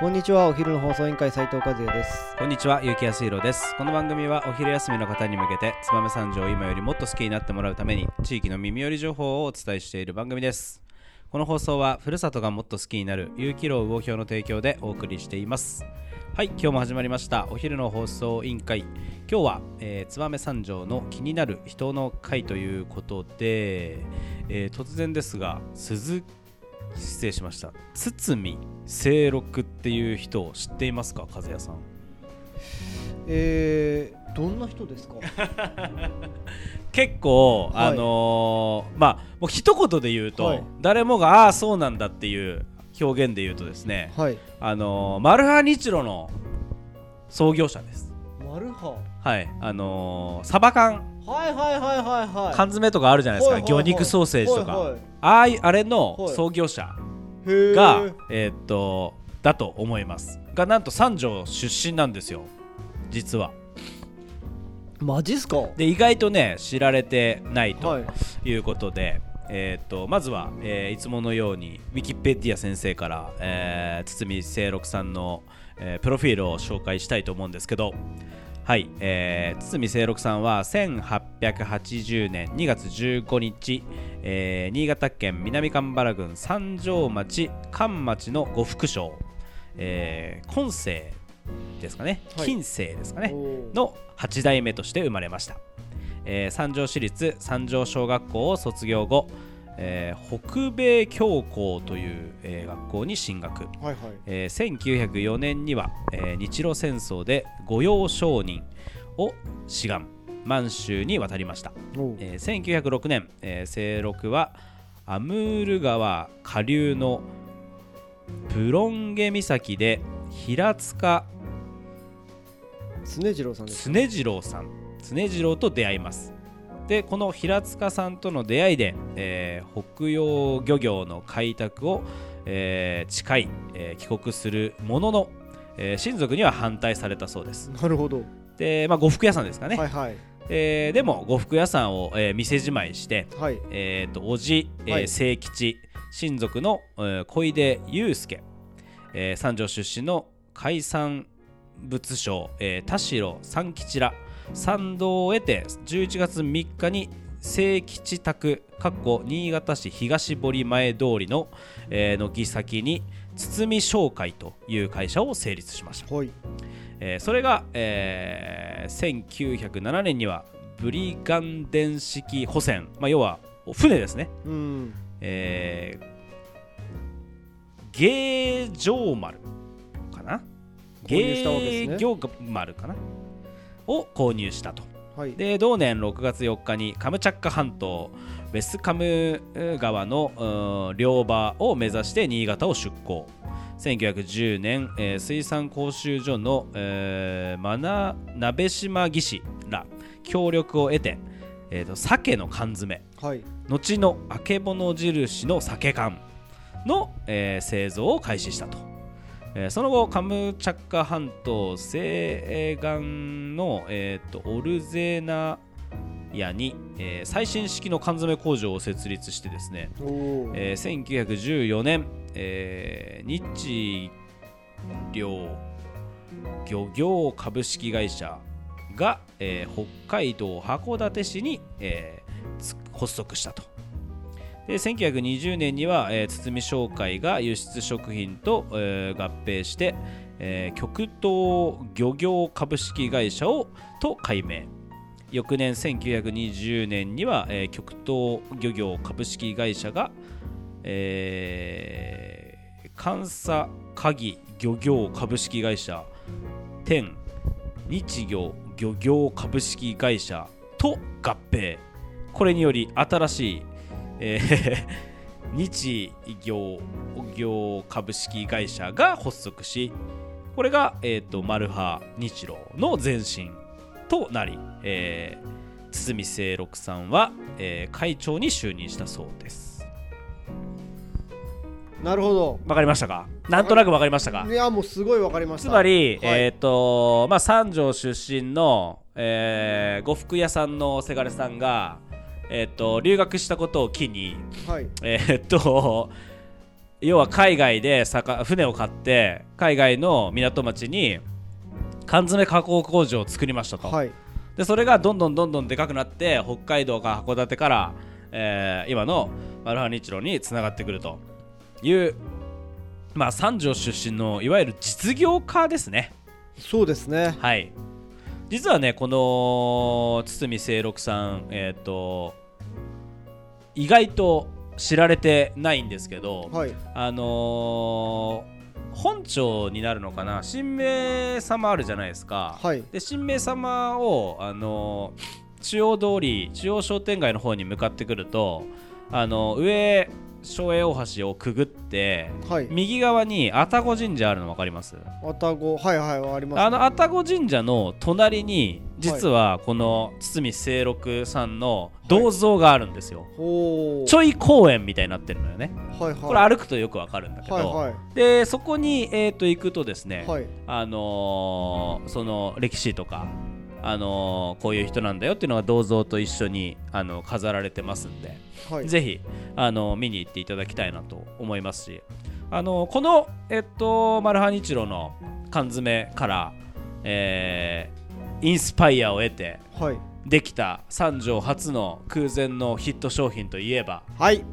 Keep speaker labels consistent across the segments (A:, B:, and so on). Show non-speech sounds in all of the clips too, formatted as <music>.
A: こんにちはお昼の放送委員会斉藤和也です
B: こんにちは、ゆうきやすいろです。この番組はお昼休みの方に向けて、つばめ三条を今よりもっと好きになってもらうために、地域の耳寄り情報をお伝えしている番組です。この放送は、ふるさとがもっと好きになる、有機楼魚表の提供でお送りしています。はい、今日も始まりました、お昼の放送委員会。今日は、えー、つばめ三条の気になる人の会ということで、えー突然ですが、鈴失礼しました堤清六っていう人を知っていますか和也さん
A: えー、どんな人ですか
B: 結構、
A: はい
B: あのーまあもう一言で言うと、
A: はい
B: 誰もがああそうなんだっていう表現で言うとですね
A: <laughs> はい
B: あのーマルハニチロの創業者です
A: マルハ
B: はいあのーサバ缶
A: はいはいはいはいはい
B: 缶詰とかあるじゃないですか、
A: はいはいはい
B: 魚肉ソーセージとか、
A: はいはい
B: ああいあれの
A: はい
B: 創業者
A: へー
B: が、えーっとだと思いますがなんと三条出身なんですよ実は
A: マジっすかは
B: で意外とね知られてないと、
A: い
B: ということで、えー、とまずは、えーいつものようにウィキペディア先生から、えー、堤清六さんの、えープロフィールを紹介したいと思うんですけど。はい、えー、堤清六さんは1880年2月15日、えー新潟県南蒲原郡三条町関町の呉服商、えー、今世ですかね、
A: はい
B: 近世ですかね
A: おー
B: の8代目として生まれました、えー三条市立三条小学校を卒業後、えー北米教校という、えー学校に進学、
A: はいはい
B: えー1904年には、えー日露戦争で御用商人を志願満州に渡りました、
A: おー
B: えー1906年、えー清六はアムール川下流のプロンゲ岬で平塚
A: 常次郎さんです
B: 常次郎さん常次郎と出会いますでこの平塚さんとの出会いで、えー北洋漁業の開拓を、えー誓い、えー帰国するものの、えー親族には反対されたそうです
A: なるほど
B: で、まあ、呉服屋さんですかね、
A: はいはい
B: えーでも呉服屋さんを、えー店じまいして、
A: はい
B: えー、と叔父、えー
A: はい
B: 清吉親族の、えー小出祐介、えー三条出身の海産物商、えー田代三吉ら賛同を得て11月3日に清吉宅かっこ新潟市東堀前通りの、えー軒先に堤商会という会社を成立しました
A: はい
B: えーそれが、えー1907年にはブリガンデン式補船、まあ、要は船ですね、
A: うん
B: えー、芸城丸かな
A: 購入したわけですね
B: 芸城丸かなを購入したと
A: はい
B: で同年6月4日にカムチャッカ半島ウェスカムえー川のうー両場を目指して新潟を出港1910年、えー水産講習所の、えー、マナ鍋島技師ら協力を得て、えーと鮭の缶詰
A: はい
B: 後のあけぼの印の酒缶の、えー製造を開始したと、えーその後カムチャッカ半島西岸の、えーとオルゼーナ屋に、えー最新式の缶詰工場を設立してですね、
A: おお
B: えー1914年、えー日領漁業株式会社が、えー北海道函館市に、えーつ発足したと。で1920年には、えー、堤商会が輸出食品と、えー合併して、えー極東漁業株式会社をと改名翌年1920年には、えー極東漁業株式会社が、えー、監査鍵漁業株式会社天日業漁業株式会社と合併これにより新しい、えー <laughs> 日業業株式会社が発足しこれが、えー、とマルハ日露の前身となり、えー、堤清六さんは、えー会長に就任したそうです
A: なるほど
B: わかりましたかなんとなくわかりましたか
A: いやもうすごいわかりまし
B: つ
A: た
B: まり、
A: はい
B: えっ、とまあ三条出身の、えー、呉服屋さんのせがれさんがえっ、と留学したことを機に
A: はい
B: えっ、と要は海外で魚船を買って海外の港町に缶詰加工工場を作りましたと、
A: はい
B: でそれがどんどんどんどんでかくなって北海道から函館から、えー今のマルハニチロにつながってくるというまあ三条出身のいわゆる実業家ですね
A: そうですね
B: はい実はねこの堤清六さんえっ、と意外と知られてないんですけど、
A: はい
B: あのー本庁になるのかな神明様あるじゃないですか、
A: はい
B: で神明様を、あのー中央通り中央商店街の方に向かってくると、あのー上松栄大橋をくぐって、
A: はい
B: 右側に愛宕神社あるの分かります
A: あたごはいはいわかります
B: あの愛宕神社の隣に実はこの堤清六さんの銅像があるんですよ、
A: ほう
B: ちょい公園みたいになってるのよね、
A: はいはい
B: これ歩くとよくわかるんだけど、
A: はいはい
B: でそこに、えー、と行くとですね、
A: はい
B: あのーその歴史とか、あのーこういう人なんだよっていうのが銅像と一緒にあの飾られてますんで、
A: はい
B: ぜひ、あの見に行っていただきたいなと思いますし、あのこの、えっと、マルハニチロの缶詰から、えーインスパイアを得て
A: はい
B: できた三条初の空前のヒット商品といえば
A: はい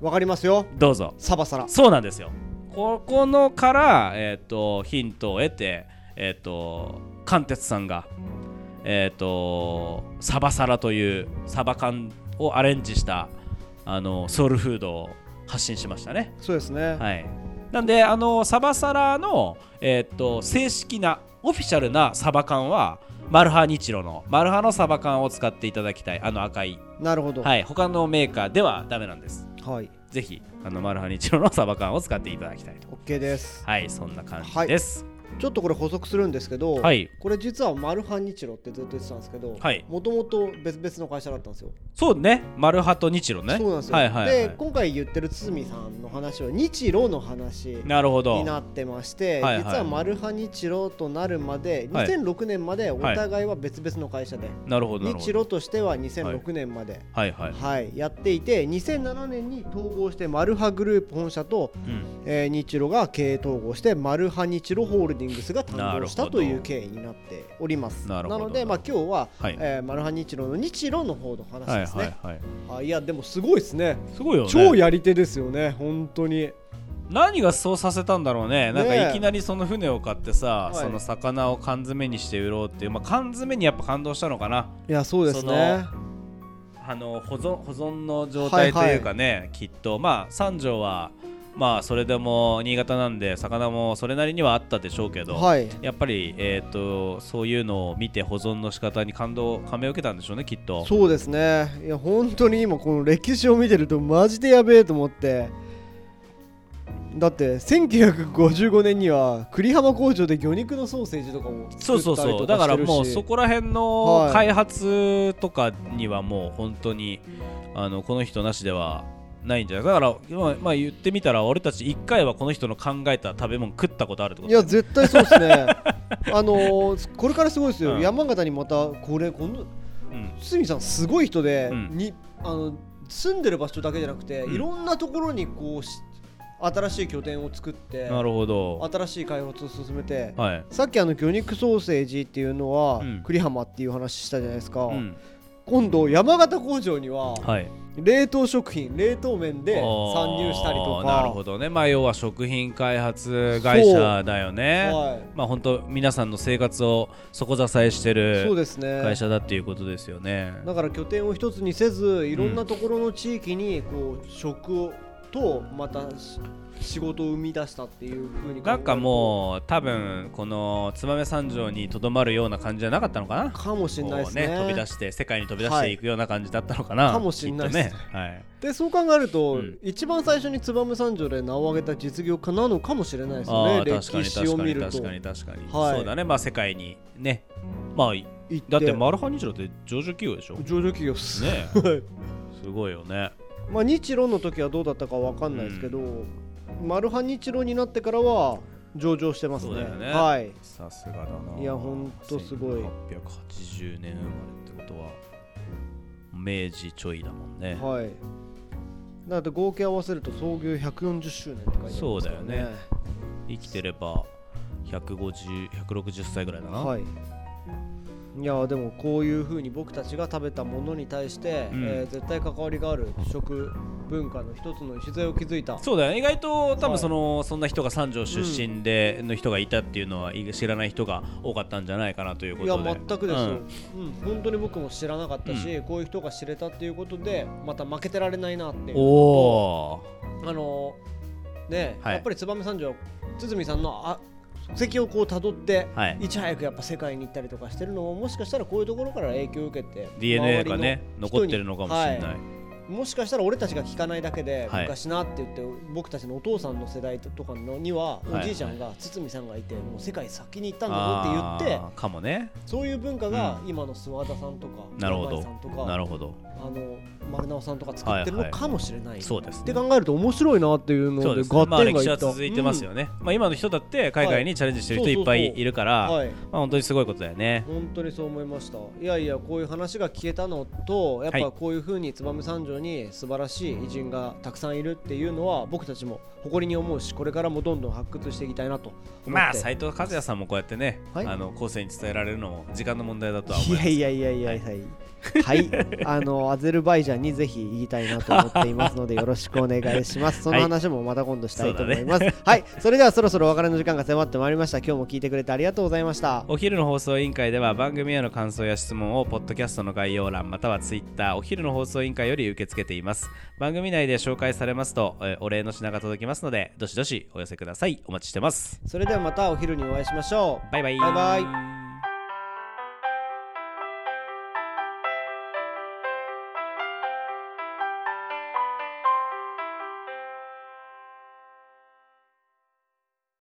A: わかりますよ
B: どうぞ
A: サバサラ
B: そうなんですよここのから、えー、とヒントを得てえっ、と貫徹さんがえっ、とサバサラというサバ缶をアレンジしたあのソウルフードを発信しましたね
A: そうですね
B: はいなんであのサバサラの、えー、と正式なオフィシャルなサバ缶はマルハニチロのマルハのサバ缶を使っていただきたいあの赤い
A: なるほど
B: はい他のメーカーではダメなんです
A: はい
B: ぜひあのマルハニチロのサバ缶を使っていただきたいと
A: OK です
B: はいそんな感じです
A: ちょっとこれ補足するんですけど
B: はい
A: これ実はマルハニチロってずっと言ってたんですけど
B: はい
A: もともと別々の会社だったんですよ
B: そうねマルハとニチロね
A: そうなんですよ、
B: はいはい、はい
A: で今回言ってる堤さんの話は日露の話に
B: なるほど
A: なってまして、
B: はいはい
A: 実はマルハ日露となるまで、
B: はい
A: 2006年までお
B: はい
A: 互いは別々の会社で、
B: なるほどなる
A: 日
B: ほど
A: 露としては2006年まで、
B: はいはい、
A: はいやっていて2007年に統合してマルハグループ本社と、
B: うん、
A: えー日露が経営統合してマルハ日露ホールディングスが誕生し
B: なる
A: た
B: ほど
A: という経緯になっております
B: なるほど
A: ので、まあ、今日は、
B: はい
A: えーマルハ日露の日露の方の話
B: はい
A: ですね、
B: はいはい
A: あいやでもすごいですね
B: すごいよね
A: 超やり手ですよね本当に
B: 何がそうさせたんだろうねなん
A: ねえ
B: かいきなりその船を買ってさ、
A: はい
B: その魚を缶詰にして売ろうっていう、まあ、缶詰にやっぱ感動したのかない
A: やそうですね
B: あの保存保存の状態というかね、きっとまあ三条はまあそれでも新潟なんで魚もそれなりにはあったでしょうけど、
A: はい
B: やっぱり、えー、とそういうのを見て保存の仕方に感動感銘を受けたんでしょうねきっと
A: そうですねいや本当に今この歴史を見てるとマジでやべえと思ってだって1955年には栗浜工場で魚肉のソーセージとかも
B: そ
A: 作
B: うそう
A: ったり
B: そう
A: と
B: だ
A: か
B: か
A: し
B: ら
A: てるし
B: もうそこら辺
A: は
B: の
A: い
B: 開発とかにはもう本当に、あのこの人なしではないんじゃないだから、まあまあ、言ってみたら俺たち1回はこの人の考えた食べ物食ったことあるってこ
A: い
B: と
A: や絶対そうですね
B: <laughs>
A: あのーこれからすごいですよ、
B: うん
A: 山形にまたこれこの
B: うん
A: 堤さんすごい人で、
B: うん
A: にあの住んでる場所だけじゃなくて、
B: うん
A: いろんなところにこうし新しい拠点を作って
B: なるほど、
A: 新しい開発を進めて、
B: はい
A: さっきあの魚肉ソーセージっていうのは、
B: うん
A: 栗浜っていう話したじゃないですか、
B: うん
A: 今度山形工場には
B: はい、
A: 冷凍食品冷凍麺で参入したりと
B: あー
A: か
B: なるほどね、まあ、要は食品開発会社だよね、
A: は
B: まあ本当皆さんの生活を底支えして
A: い、そう
B: る
A: ですね
B: 会社だっていうことですよね。
A: だから拠点を一つにせずいろんなところの地域にこう食をとまたし仕事を生み出したっていうふうに考えると
B: なんかもう多分この燕三条にとどまるような感じじゃなかったのかな
A: かもしれないですね
B: こう飛び出して世界に飛び出していくような感じだったのかな、
A: はいかもしんないですね
B: きっとね、はい、
A: でそう考えると、
B: うん
A: 一番最初に燕三条で名を挙げた実業家なのかもしれないですよ
B: あ
A: ね
B: あ
A: 歴
B: 確かに
A: 史を見
B: 確
A: る
B: か
A: と
B: に確かに確かに、
A: はい
B: そうだねまあ世界にねまあ
A: 行
B: だってマルハニチロって上場企業でしょね
A: 上場企業っす
B: え
A: はい
B: すごいよね
A: まあ日露の時はどうだったかわかんないですけど、マルハ日露になってからは上場してますね
B: そうだよね
A: はい
B: さすがだない
A: いやほんとすごい
B: 880年生まれってことは明治ちょいだもんね、
A: はいだって合計合わせると創業140周年って書いてありますから
B: そうだよね生きてれば150160歳ぐらいだな、
A: はいいやでもこういうふうに僕たちが食べたものに対して、
B: うん
A: えー絶対関わりがある食文化の一つの礎を築いた
B: そうだよね意外
A: は
B: と多分
A: い
B: その、そんな人が三条出身での人がいたっていうのはい知らない人が多かったんじゃないかなというこ
A: いや
B: とで
A: 全くですよ、
B: う
A: うんん本当に僕も知らなかったし、こういう人が知れたっていうことでまた負けてられないなっていう
B: おお
A: あのーね、
B: はい
A: やっぱり燕三条堤さんのあ足跡をこうたどって、
B: はい
A: いち早くやっぱ世界に行ったりとかしてるのももしかしたらこういうところから影響を受けて
B: DNA がね
A: 周り人に
B: 残ってるのかもしれない、
A: はもしかしたら俺たちが聞かないだけで、
B: はい
A: 昔なって言って僕たちのお父さんの世代とかのには、
B: は
A: お
B: い
A: じいちゃんが堤さんがいてもう世界先に行ったんだぞ
B: あ
A: って言って
B: ーかもね
A: そういう文化が今の諏訪田さんとか
B: なるほ
A: 山
B: ど
A: 井さんと
B: な
A: か
B: るほど
A: あの丸直さんとか作ってるのかもしれない、
B: そうです
A: っ
B: ね
A: て考えると面白いなっていうの
B: そう
A: で
B: ですね、まあ、
A: 合点
B: 歴
A: が
B: 史
A: い
B: は
A: った
B: 続いてますよね、まあ、今の人だって海外にチャレンジしてる人
A: はい
B: いっぱいいるから、
A: うんはい
B: まあ、本当にすごいことだよね
A: 本当にそう思いましたいやいやこういう話が聞けたのとやっ
B: はい
A: ぱこういうふうに燕三条に素晴らしい偉人がたくさんいるっていうのは僕たちも誇りに思うしこれからもどんどん発掘していきたいなと思って
B: まあ斉藤和也さんもこうやってね、
A: はい
B: あの後世に伝えられるのも時間の問題だとは思
A: い
B: いま
A: や
B: す
A: いやいやいやいやはい、あのアゼルバイジャンにぜひ言いたいなと思っていますのでよろしくお願いしますその話もまた今度したいと思います、はいそれではそろそろお別れの時間が迫ってまいりました今日も聞いてくれてありがとうございました
B: お昼の放送委員会では番組への感想や質問をポッドキャストの概要欄またはツイッターお昼の放送委員会より受け付けています番組内で紹介されますと、えーお礼の品が届きますのでどしどしお寄せくださいお待ちしてます
A: それではまたお昼にお会いしましょう
B: バイバイ
A: バイバ
B: イ